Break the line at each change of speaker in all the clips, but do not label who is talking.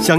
想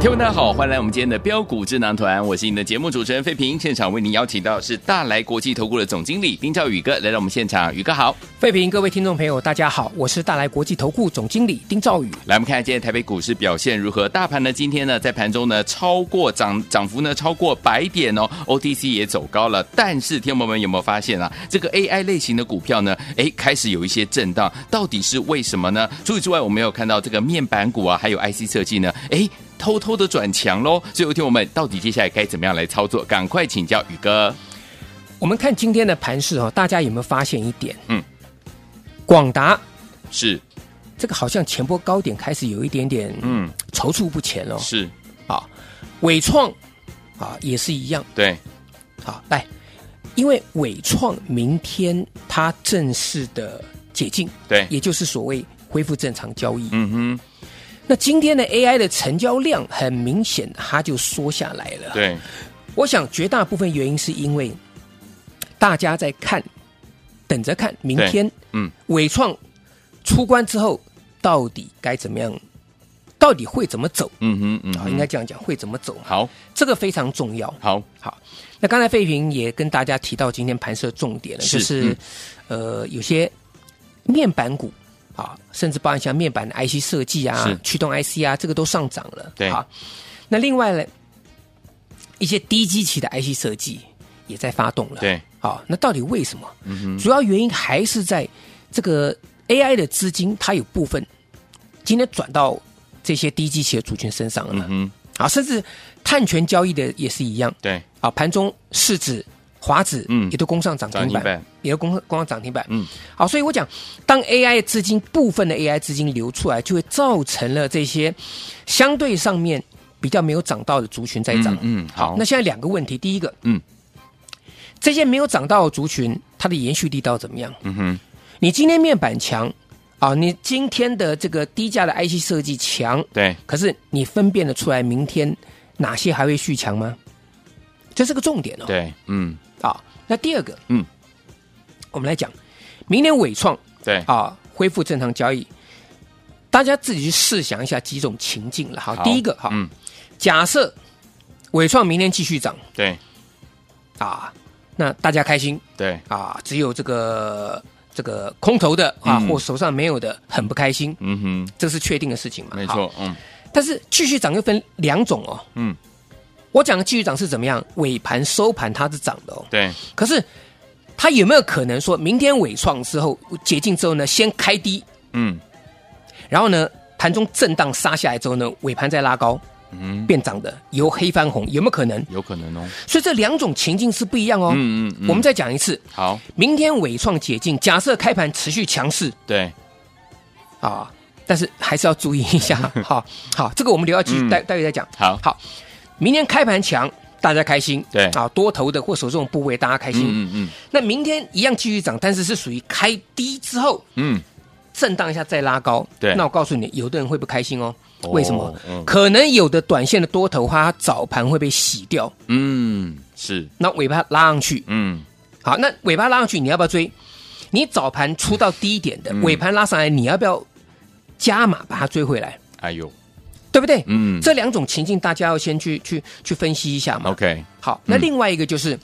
听众大家好，欢迎来我们今天的标股智囊团，我是你的节目主持人费平。现场为您邀请到是大来国际投顾的总经理丁兆宇哥来到我们现场，宇哥好。
费平，各位听众朋友，大家好，我是大来国际投顾总经理丁兆宇。
来，我们看看今天台北股市表现如何？大盘呢，今天呢，在盘中呢，超过涨涨幅呢，超过百点哦。OTC 也走高了，但是天友们有没有发现啊？这个 AI 类型的股票呢，哎，开始有一些震荡，到底是为什么呢？除此之外，我们有看到这个面板股啊，还有 IC 设计呢，哎，偷偷的转强喽。所以，天友们到底接下来该怎么样来操作？赶快请教宇哥。
我们看今天的盘势哦，大家有没有发现一点？
嗯，
广达
是，
这个好像前波高点开始有一点点
嗯，
踌躇不前哦。
是
啊，伟创啊也是一样
对，
啊，来，因为伟创明天它正式的解禁，
对
也就是所谓恢复正常交易。
嗯哼，
那今天的 AI 的成交量很明显它就缩下来了。
对，
我想绝大部分原因是因为大家在看，等着看明天
嗯，
伟创出关之后到底该怎么样，到底会怎么走
嗯哼，嗯
啊？
哼，
应该这样讲，会怎么走？
好，
这个非常重要。
好，
好，那刚才费平也跟大家提到今天盘市的重点了，
是嗯
就是、呃有些面板股啊，甚至包含像面板的 IC 设计
是
啊、驱动 IC 啊，这个都上涨了。
对
好，那另外呢，一些低基期的 IC 设计也在发动了。，
对，嗯
好，那到底为什么？主要原因还是在这个 AI 的资金，它有部分今天转到这些低基期的族群身上了。
嗯哼，
啊，甚至碳权交易的也是一样。
对，
啊，盘中市指、华指，
嗯
也都攻上涨停
涨停
板，
板
也都攻攻上涨停板，
嗯，
好，所以我讲，当 AI 资金部分的 AI 资金流出来，就会造成了这些相对上面比较没有涨到的族群在涨，
嗯嗯好
那现在两个问题，第一个，
嗯，
这些没有涨到的族群，它的延续力道怎么样？
嗯哼，
你今天面板强啊，你今天的这个低价的 IC 设计强，
对，
可是你分辨得出来明天哪些还会续强吗？这是个重点哦。
对，嗯，
啊。那第二个，
嗯，
我们来讲，明年伟创
对，
啊恢复正常交易，大家自己去试想一下几种情境了哈。第一个哈，
嗯，
假设伟创明年继续涨
对，
啊，那大家开心
对，
啊，只有这个这个空头的啊、
嗯
或手上没有的很不开心，
嗯
这是确定的事情嘛？
哼，没
好
错，嗯，
但是继续涨又分两种哦。
嗯，
我讲的继续涨是怎么样？尾盘收盘它是涨的哦。
对，
可是它有没有可能说明天尾创之后解禁之后呢，先开低，
嗯，
然后呢盘中震荡杀下来之后呢，尾盘再拉高
嗯，
变涨的，由黑翻红，有没有可能？
有可能哦，
所以这两种情境是不一样哦。
嗯嗯嗯
我们再讲一次，
好，
明天尾创解禁，假设开盘持续强势
对，
啊，但是还是要注意 一下，好好，这个我们留到继续
嗯
待待会再讲。
好，
好，明天开盘强，大家开心，
对
啊，多头的或手中的部位大家开心。
嗯嗯
那明天一样继续涨，但是是属于开低之后
嗯，
震荡一下再拉高。
对
那我告诉你，有的人会不开心哦。
哦
为什么？
嗯
可能有的短线的多头它早盘会被洗掉，
嗯嗯，是，
那尾巴拉上去。
嗯，
好，那尾巴拉上去，你要不要追？你早盘出到低点
嗯
的，尾盘拉上来，你要不要加码把它追回来？
哎呦，
对不对？
嗯
这两种情境大家要先去去去分析一下嘛。
，OK，
好，那另外一个就是、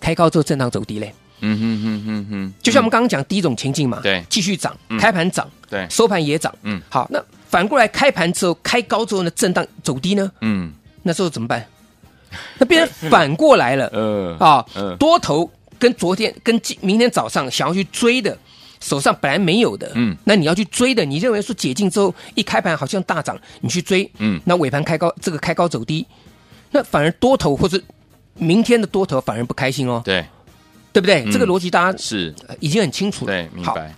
开高之后震荡走低嘞，
嗯哼哼哼哼，
就像我们刚刚讲第一种情境嘛，
对嗯
继续涨，开盘涨，
对，
收盘也涨，
嗯，
好，那反过来开盘之后开高之后呢，震荡走低呢，
嗯，
那时候怎么办？那变 成反过来了
呃，
啊
嗯，
多头跟昨天跟今明天早上想要去追的。手上本来没有的，
嗯
那你要去追的，你认为说解禁之后一开盘好像大涨，你去追，
嗯
那尾盘开高，这个开高走低，那反而多头或是明天的多头反而不开心哦，
对，
对不对？
嗯
这个逻辑大家
是，
呃已经很清楚了。
对，明
好，
白，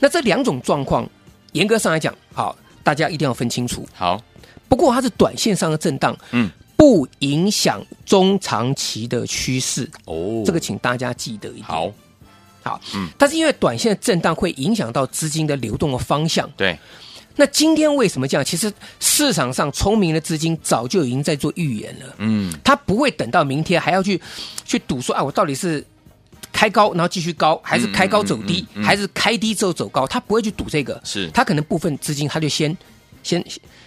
那这两种状况，严格上来讲，好，大家一定要分清楚。
好，
不过它是短线上的震荡，
嗯，
不影响中长期的趋势，
哦
这个请大家记得一点。
好，
好，
嗯
但是因为短线的震荡会影响到资金的流动的方向。
对，
那今天为什么这样？其实市场上聪明的资金早就已经在做预言了，
嗯，
他不会等到明天还要去去赌说啊，我到底是开高然后继续高，还是开高走低，
嗯嗯嗯嗯
还是开低之后走高？他不会去赌这个，
是
他可能部分资金他就先先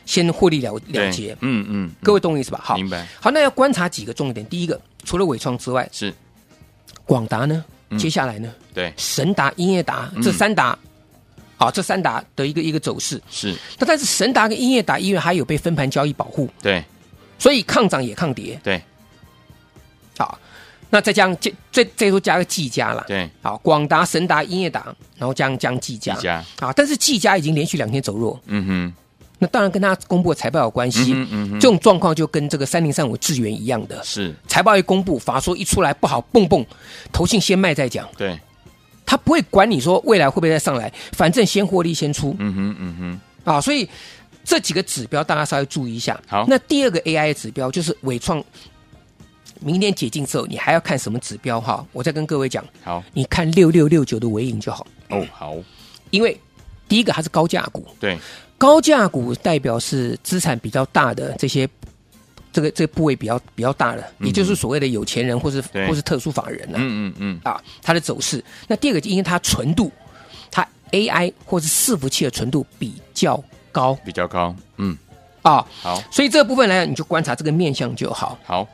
先获利了
对
了结。
嗯嗯，
各
位
位懂我意思吧？好，
明白
好，那要观察几个重点。第一个，除了伟创之外，
是
广达呢？
嗯
接下来呢？
对，
神达、英业达
嗯
这三达，好、这三达的一个一个走势。
是，
那但是神达跟英业达因为还有被分盘交易保护，
对
所以抗涨也抗跌。
对
好，那再加上这最最多加个技嘉啦。
对，
好，广达、神达、英业达，然后加上加上技嘉。
一家，
啊，但是技嘉已经连续两天走弱，
嗯哼，
那当然跟它公布的财报有关系。
嗯哼嗯哼
这种状况就跟这个三零三五智源一样的，
是
财报一公布，法说一出来不好，蹦蹦，投信先卖再讲，
对，
他不会管你说未来会不会再上来，反正先获利先出
嗯哼嗯哼，
啊，所以这几个指标大家稍微注意一下。
好
那第二个 AI 的指标就是伟创，明年解禁之后你还要看什么指标哈？我再跟各位讲，
好，
你看六六六九的尾影就好，
哦，好，
因为第一个它是高价股，
对，
高价股代表是资产比较大的这些，这个这个部位比较比较大的，
嗯
也就是所谓的有钱人或是
对
或是特殊法人啊。
嗯嗯嗯，
啊，它的走势。那第二个，因为它纯度，它 AI 或是伺服器的纯度比较高
比较高，嗯，
啊，
好，
所以这部分来讲，你就观察这个面相就好。
好，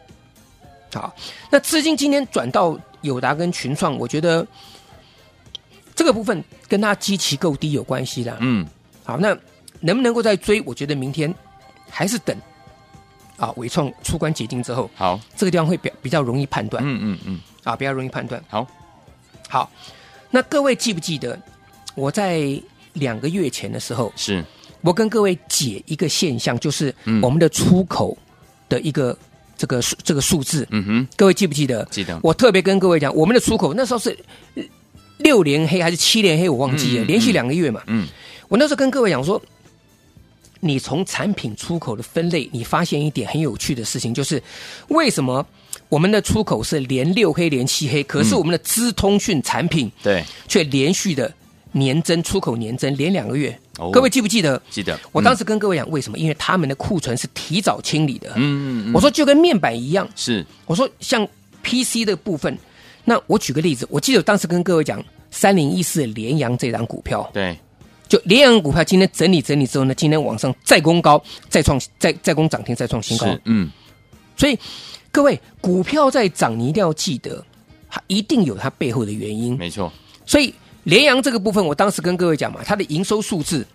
好，那资金今天转到友达跟群创，我觉得这个部分跟它基期够低有关系啦。
嗯，
好，那能不能够再追？我觉得明天还是等啊，伟创出关解禁之后，
好，
这个地方会比比较容易判断。
嗯嗯嗯，
啊，比较容易判断。
好，
好，那各位记不记得我在两个月前的时候，
是，
我跟各位解一个现象，就是
嗯
我们的出口的一个这个数这个数字，
嗯哼，
各位记不记得？
记得
我特别跟各位讲，我们的出口那时候是呃六连黑还是七连黑，我忘记了，
嗯嗯
连续
嗯
两个月嘛。
嗯，
我那时候跟各位讲说，你从产品出口的分类，你发现一点很有趣的事情，就是为什么我们的出口是连六黑连七
嗯
黑，可是我们的资通讯产品
对，
却连续的年增出口年增连两个月。
哦
各位记不记得？
记得，
我当
时，
时跟各位讲为什么？因为他们的库存是提早清理的。
嗯嗯，
我说就跟面板一样，
是，
我说像 PC 的部分，那我举个例子，我记得我当时跟各位讲三零一四联阳这档股票，
对，
就联阳股票今天整理整理之后呢，今天往上再攻高，再创再再攻涨停，再创新高。
是，嗯，
所以各位，股票在涨，你一定要记得，它一定有它背后的原因。
没错，
所以联阳这个部分，我当时跟各位讲嘛，它的营收数字，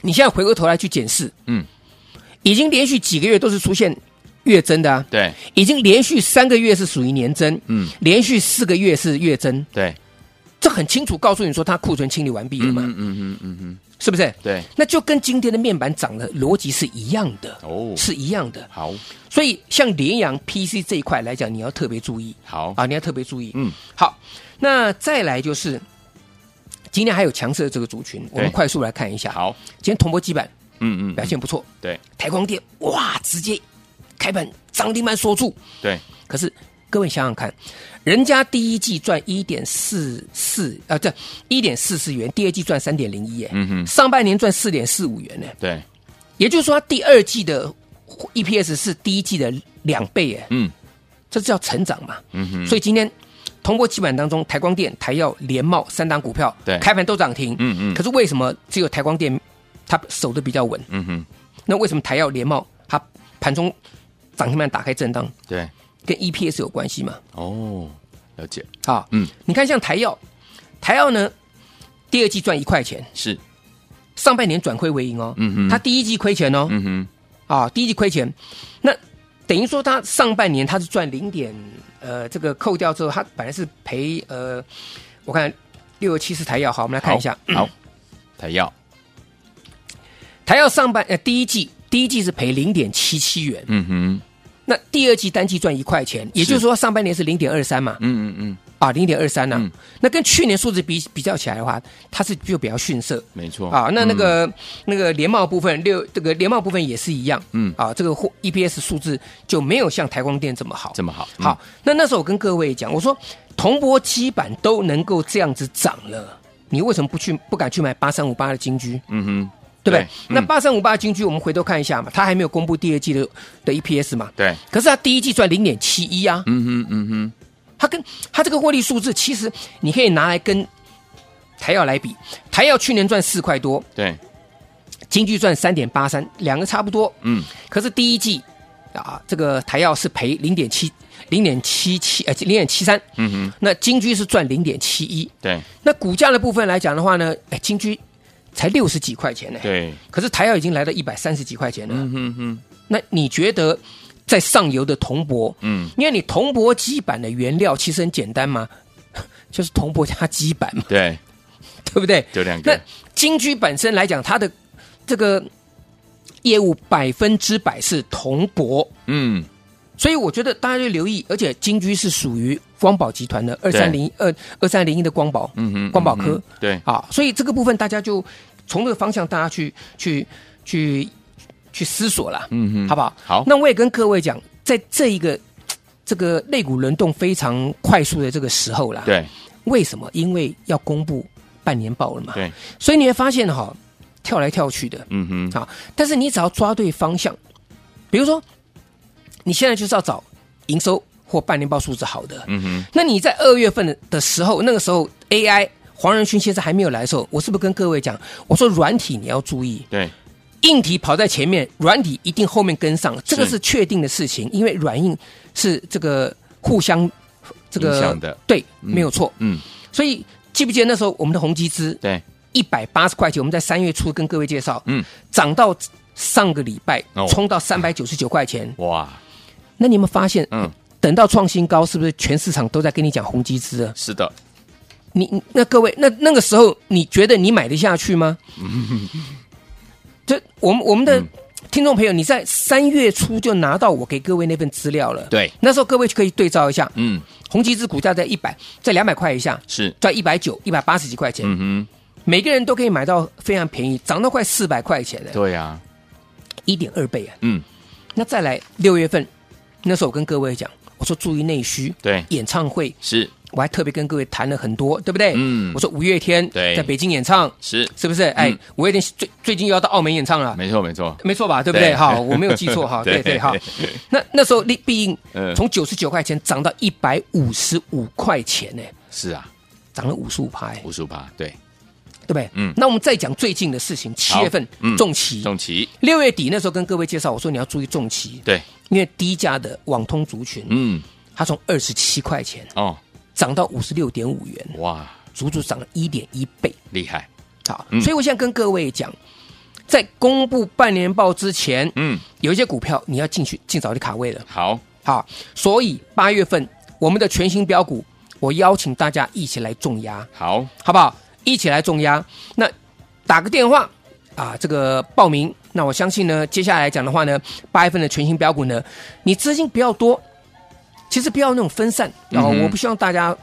你现在回过头来去检视，
嗯，
已经连续几个月都是出现月增的啊，
对
已经连续三个月是属于年增，
嗯，
连续四个月是月增，
对，
这很清楚告诉你说它库存清理完毕了嘛，
嗯嗯嗯嗯嗯，
是不是？
对，
那就跟今天的面板涨的逻辑是一样的，
哦，
是一样的。
好，
所以像联阳 PC 这一块来讲，你要特别注意
好，
啊，你要特别注意。
哦嗯，
好，那再来就是今天还有强势的这个族群，我们快速来看一下。，
好，
今天铜箔基板
嗯嗯，
表现不错，
对
台光电哇，直接开盘涨停板锁住。
对，
可是各位想想看，人家第一季赚一点四四啊，这一点四四元，第二季赚三点零一耶，
嗯哼，
上半年赚四点四五元呢。
对，
也就是说，它第二季的 EPS 是第一季的两倍，哎，
嗯
这叫成长嘛。
嗯哼，
所
以，
以今天铜箔基板当中，台光电、台药、联茂三档股票，
对
开盘都涨停。
嗯嗯
可是为什么只有台光电它守的比较稳？
嗯哼，
那为什么台药、联茂它盘中涨停板打开震荡，
对，
跟 EPS 有关系嘛？
哦，了解，
啊，
嗯，
你看像台药，台药呢，第二季赚一块钱，
是，
上半年转亏为盈哦。
嗯哼
它第一季亏钱哦。
嗯哼，
啊，第一季亏钱，那等于说他上半年他是赚零点，呃，这个扣掉之后，他本来是赔呃，我看六十七是台药，
嗯
好，我们来看一下，
好，台药，
台药上半呃第一季第一季是赔零点七七元，
嗯哼，
那第二季单季赚一块钱，也就是说上半年是零点二三嘛，
嗯嗯嗯，
啊，零点二三呢
嗯，
那跟去年数字比比较起来的话，它是就比较逊色。
没错
啊，那那个、那个联茂部分六，这个联茂部分也是一样，
嗯
啊，这个获 EPS 数字就没有像台光电这么好，
这么好，嗯
好，那那时候我跟各位讲，我说铜箔基板都能够这样子涨了，你为什么不去不敢去买八三五八的金居？
嗯哼，
对不对？那
嗯
八三五八金居，我们回头看一下嘛，它还没有公布第二季的的 EPS 嘛，
对，
可是它第一季赚零点七一啊，
嗯哼嗯哼，
它跟它这个获利数字，其实你可以拿来跟台药来比，台药去年赚四块多，
对，
金居赚三点八三，两个差不多。
嗯
可是第一季啊，这个台药是赔零点七零点七七呃零点七三，
嗯哼，
那金居是赚零点七一。
对
那股价的部分来讲的话呢，哎，金居才六十几块钱呢，
对，
可是台药已经来到一百三十几块钱了。
嗯哼哼，
那你觉得在上游的铜箔，
嗯，
因为你铜箔基板的原料其实很简单嘛， 就是铜箔加基板嘛，
对，
对不对？
就两
那
个，
金居本身来讲，它的这个业务百分之百是铜箔，
嗯，
所以我觉得大家就留意，而且金居是属于光宝集团的二三零二二三零一的光宝，
嗯哼，
光宝
嗯哼
科，
对，
啊，所以这个部分大家就从这个方向大家去去去去思索了，
嗯哼，
好不好？
好
那我也跟各位讲，在这一个这个肋骨轮动非常快速的这个时候啦，，
对
为什么？因为要公布半年报了嘛，
对，
所以你会发现哈、跳来跳去的
嗯哼，
啊，但是你只要抓对方向，比如说你现在就是要找营收或半年报数字好的，
嗯哼，
那你在二月份的时候，那个时候 AI 黄仁勋先生还没有来的时候，我是不是跟各位讲，我说软体你要注意，
对，
硬体跑在前面，软体一定后面跟上，这个
是
是确定的事情，因为软硬是这个互相这
影
个
响的
对，没有错。
嗯，
所以记不记得那时候我们的宏基资
对，
一百八十块钱，我们在三月初跟各位介绍，
嗯，
涨到上个礼拜
哦
冲到三百九十九块钱，
哇，
那你有没有发现？
嗯，
等到创新高，是不是全市场都在跟你讲宏基资啊？
是的，
你你那各位，那那个时候你觉得你买得下去 吗？这我们我们
嗯
的听众朋友，你在三月初就拿到我给各位那份资料了。
对
那时候各位就可以对照一下，
嗯，
宏基资股价在一百，在两百块以下，
是，
在一百九、一百八十几块钱，
嗯
每个人都可以买到非常便宜，涨到快四百块钱了
哼，，对呀，
一点二倍啊！
嗯，
那再来六月份，那时候我跟各位讲，我说注意内需，
对，
演唱会
是
我还特别跟各位谈了很多，对不对？
嗯
我说五月天
对
在北京演唱，
是，
是不是？哎
嗯，
五月天最最近又要到澳门演唱了，
没错没错，
没错吧？对不对？
对
哈，我没有记错 哈，
对
对对哈。那那时候利必应
嗯
从九十九块钱涨到一百五十五块钱呢，
是啊，
涨了五十五拍，
五十五趴，对，
对不对？
嗯
那我们再讲最近的事情，七
好
月份
嗯
重旗，
重旗，
六月底那时候跟各位介绍，我说你要注意重旗，
对，
因为低价的网通族群，
嗯，
它从二十七块钱
哦，
涨到五十六点五元，
哇，
足足涨了一点一倍。
厉害，
好，
嗯
所以我现在跟各位讲，在公布半年报之前，
嗯，
有一些股票你要进去尽早的卡位了。
好，
好，所以八月份我们的全新标股，我邀请大家一起来重压，
好，
好不好？一起来重压。那打个电话啊，这个报名。那我相信呢，接下来讲的话呢，八月份的全新标股呢，你资金不要多，其实不要那种分散
嗯
啊、
哼
我不希望大家。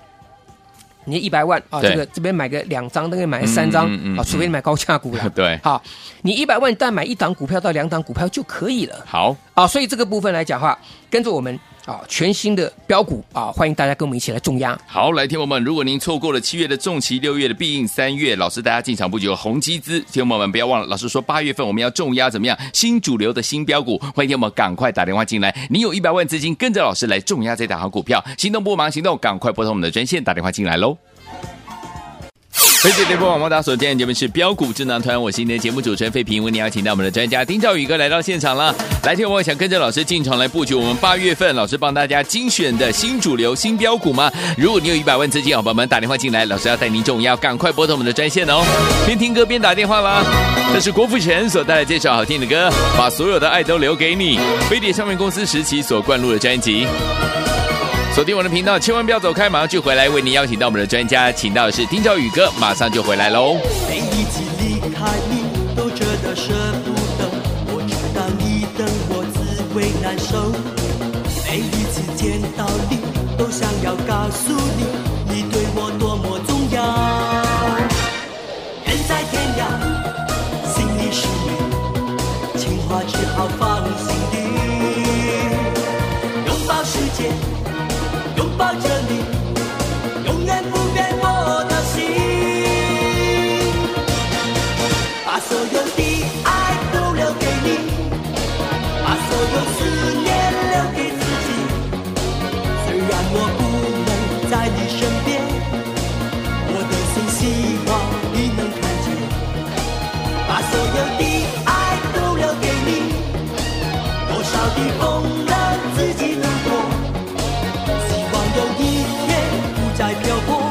你一百万啊，
对
这个这边买个两张，那边买三张
嗯嗯嗯嗯。
啊，除非你买高价股了
对
好，你一百万但买一档股票到两档股票就可以了。
好，
啊，所以这个部分来讲的话，跟着我们啊，全新的标股啊，欢迎大家跟我们一起来重压。
好，来，听友们，如果您错过了七月的重旗，六月的必应，三月老师大家进场布局有红基资，听友们不要忘了，老师说八月份我们要重压怎么样？新主流的新标股，欢迎听友们赶快打电话进来，你有一百万资金，跟着老师来重压这档好股票，行动不忙行动，赶快拨通我们的专线打电话进来喽。飞姐联播网，大家所见的节目是标股智囊团，我是今天的节目主持人费平，为您邀请到我们的专家丁兆宇哥来到现场了。来听我想跟着老师进场来布局我们八月份老师帮大家精选的新主流新标股吗？如果你有一百万资金，好朋友们打电话进来，老师要带您重要，赶快拨通我们的专线哦。边听歌边打电话啦。这是郭富城所带来这首好听的哦歌，把所有的爱都留给你。飞碟唱片公司时期所灌录的专辑。锁定我的频道，千万不要走开，马上就回来为您邀请到我们的专家，请到的是丁兆宇哥，马上就回来喽。
每一次离开你，都觉得舍不得。我知道你每一次见到你，都想要告诉你，你对我多么重要。人在天涯，心里是你，情话只好放心底。拥抱世界，拥抱着你，永远不变我的心。把所有的爱都留给你，把所有思念留给自己。虽然我不能在你身边，我的心希望你能看见。把所有的爱都留给你，多少的风浪自己度过。希望有一天不再漂泊。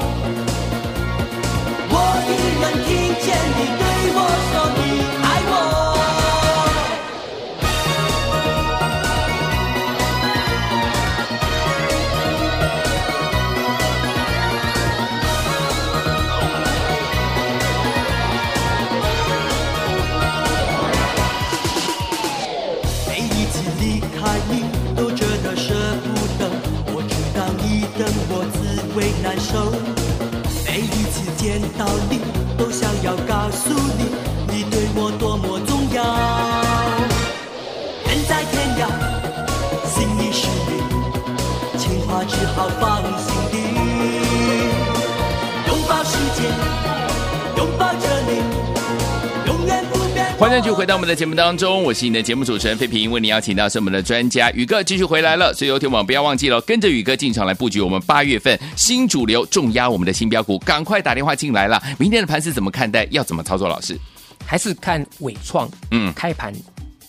我依然听见你对我说你爱我。每一次离开你，都觉得舍不得。我知道你等我滋味难受。每一次见到你，都想要告诉你，你对我多么重要。人在天涯，心里是你，情话只好放心底。拥抱世界，拥抱着你，永远不变。
欢迎继续回到我们的节目当中，我是你的节目主持人费平，为你邀请到是我们的专家宇哥继续回来了，所以有天我们不要忘记了，跟着宇哥进场来布局我们八月份新主流重压我们的新标股，赶快打电话进来了。明天的盘是怎么看待？要怎么操作？老师，
还是看尾创
嗯
开盘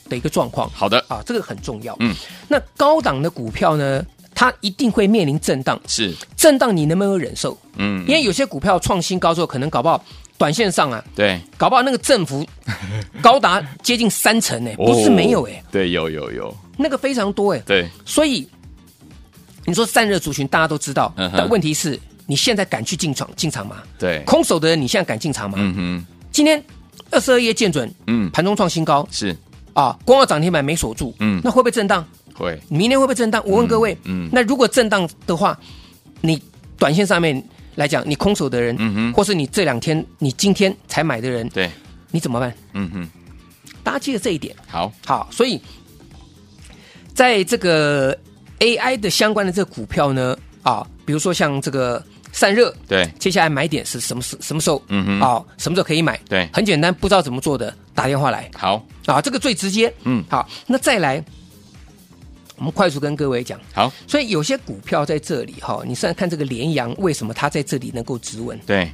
的一个状况。
好的
啊，这个很重要。
嗯，
那高档的股票呢，它一定会面临震荡，
是
震荡你能不能忍受？
嗯
因为有些股票创新高之后，可能搞不好短线上啊，
对，
搞不好那个振幅 高达接近三成呢、不是没有哎、
哦对，有有有，
那个非常多哎、
对，
所以你说散热族群大家都知道，
嗯哼
但问题是你现在敢去进场进场吗？
对
空手的人你现在敢进场吗？
嗯哼，
今天二十二页见准，
嗯
盘中创新高
是
啊，光耀涨停板没锁住，
嗯
那会不会震荡？
会，
明天会不会震荡？我问各位，
嗯嗯
那如果震荡的话，你短线上面来讲，你空手的人，
嗯哼
或是你这两天你今天才买的人，
对，
你怎么办？
嗯哼，
大家记得这一点。
好，
好，所以在这个 AI 的相关的这个股票呢，啊，比如说像这个散热，
对，
接下来买点是什么时什么时候？
嗯哼
啊，什么时候可以买？
对
很简单，不知道怎么做的，打电话来
好，
啊，这个最直接。
嗯
好，那再来，我们快速跟各位讲，
好，
所以有些股票在这里哈、你现在看这个联阳，为什么它在这里能够止稳？
对，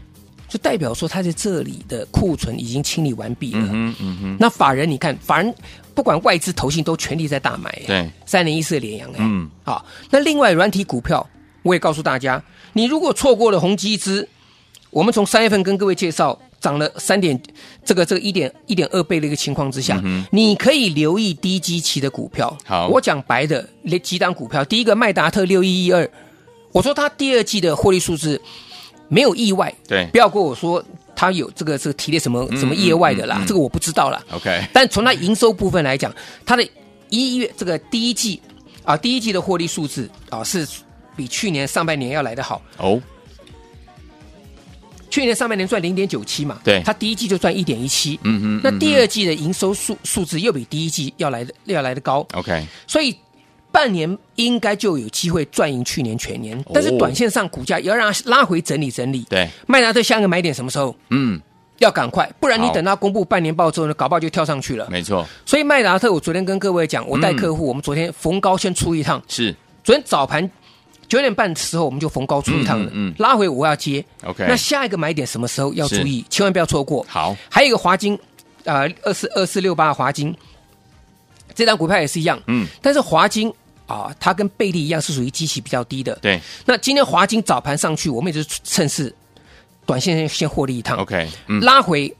就代表说它在这里的库存已经清理完毕了。
嗯嗯哼，
那法人你看，法人不管外资、投信都全力在大买，
对，
三零一四的联阳，嗯，
嗯，
好。那另外软体股票，我也告诉大家，你如果错过了宏基资，我们从三月份跟各位介绍涨了三点，这个这个一点一点二倍的一个情况之下，你可以留意低基期的股票。
嗯好
我讲白的，那几档股票，第一个麦达特六一一二，我说它第二季的获利数字没有意外，
对
不要跟我说它有这个这个提炼什么什么业外的啦，
哎嗯嗯嗯
这个我不知道啦。
，OK，
但从它营收部分来讲，它的一月这个第一季啊，第一季的获利数字啊是比去年上半年要来得好。
哦，
去年上半年赚零点九七嘛，
对
它第一季就赚一点一七，
嗯哼，
那第二季的营收数数字又比第一季要来的要来的高，
，OK，
所以半年应该就有机会赚赢去年全年。但是短线上股价也要让它拉回整理整理。
哦对，
麦达特下一个买点什么时候？
嗯，
要赶快，不然你
好
等到公布半年报之后呢，搞不好就跳上去了。
没嗯错，
所以麦达特，我昨天跟各位讲，我带客户，我们昨天逢高先出一趟，
是
昨天早盘九点半的时候我们就逢高出一趟了，
嗯嗯嗯
拉回我要接。
OK
那下一个买点什么时候要注意，千万不要错过。
好，
还有一个华金，呃，二四二四六八的华金，这张股票也是一样，
嗯，
但是华金啊，它跟贝利一样是属于基期比较低的。，
对
那今天华金早盘上去，我们也是趁势短线先先获利一趟。
，OK，嗯，
拉回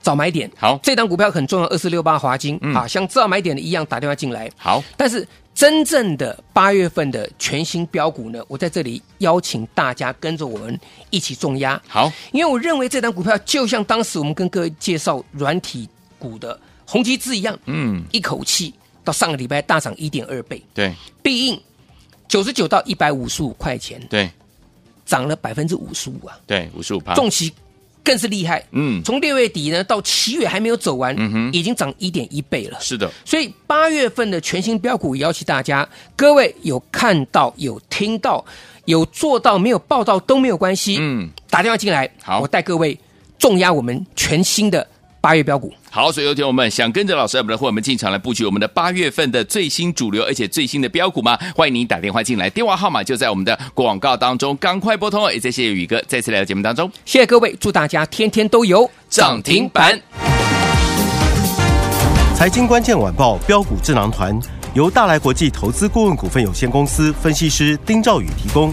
找买点。
好
这档股票很重要，二四六八华金、
嗯
啊，想知道买点的一样打电话进来。
好，
但是真正的八月份的全新标股呢，我在这里邀请大家跟着我们一起重压，
好，
因为我认为这档股票就像当时我们跟各位介绍软体股的宏基资一样，
嗯，
一口气到上个礼拜大涨一点二倍，
对，
必应九十九到一百五十五块钱，
对
涨了百分之五十五啊！
对，五十五趴，
重旗更是厉害，
嗯
从六月底呢到七月还没有走完，
嗯哼
已经涨一点一倍了。
是的，
所以八月份的全新标股，也邀请大家，各位有看到、有听到、有做到、没有报到都没有关系，
嗯，
打电话进来，
好
我带各位重压我们全新的八月标股。
好，所以有听我们想跟着老师我们的伙伴们进场来布局我们的八月份的最新主流，而且最新的标股吗？欢迎您打电话进来，电话号码就在我们的广告当中，赶快拨通哦！也再谢谢宇哥再次来到节目当中，
谢谢各位，祝大家天天都有
涨停板。
财经关键晚报标股智囊团由大来国际投资顾问股份有限公司分析师丁兆宇提供。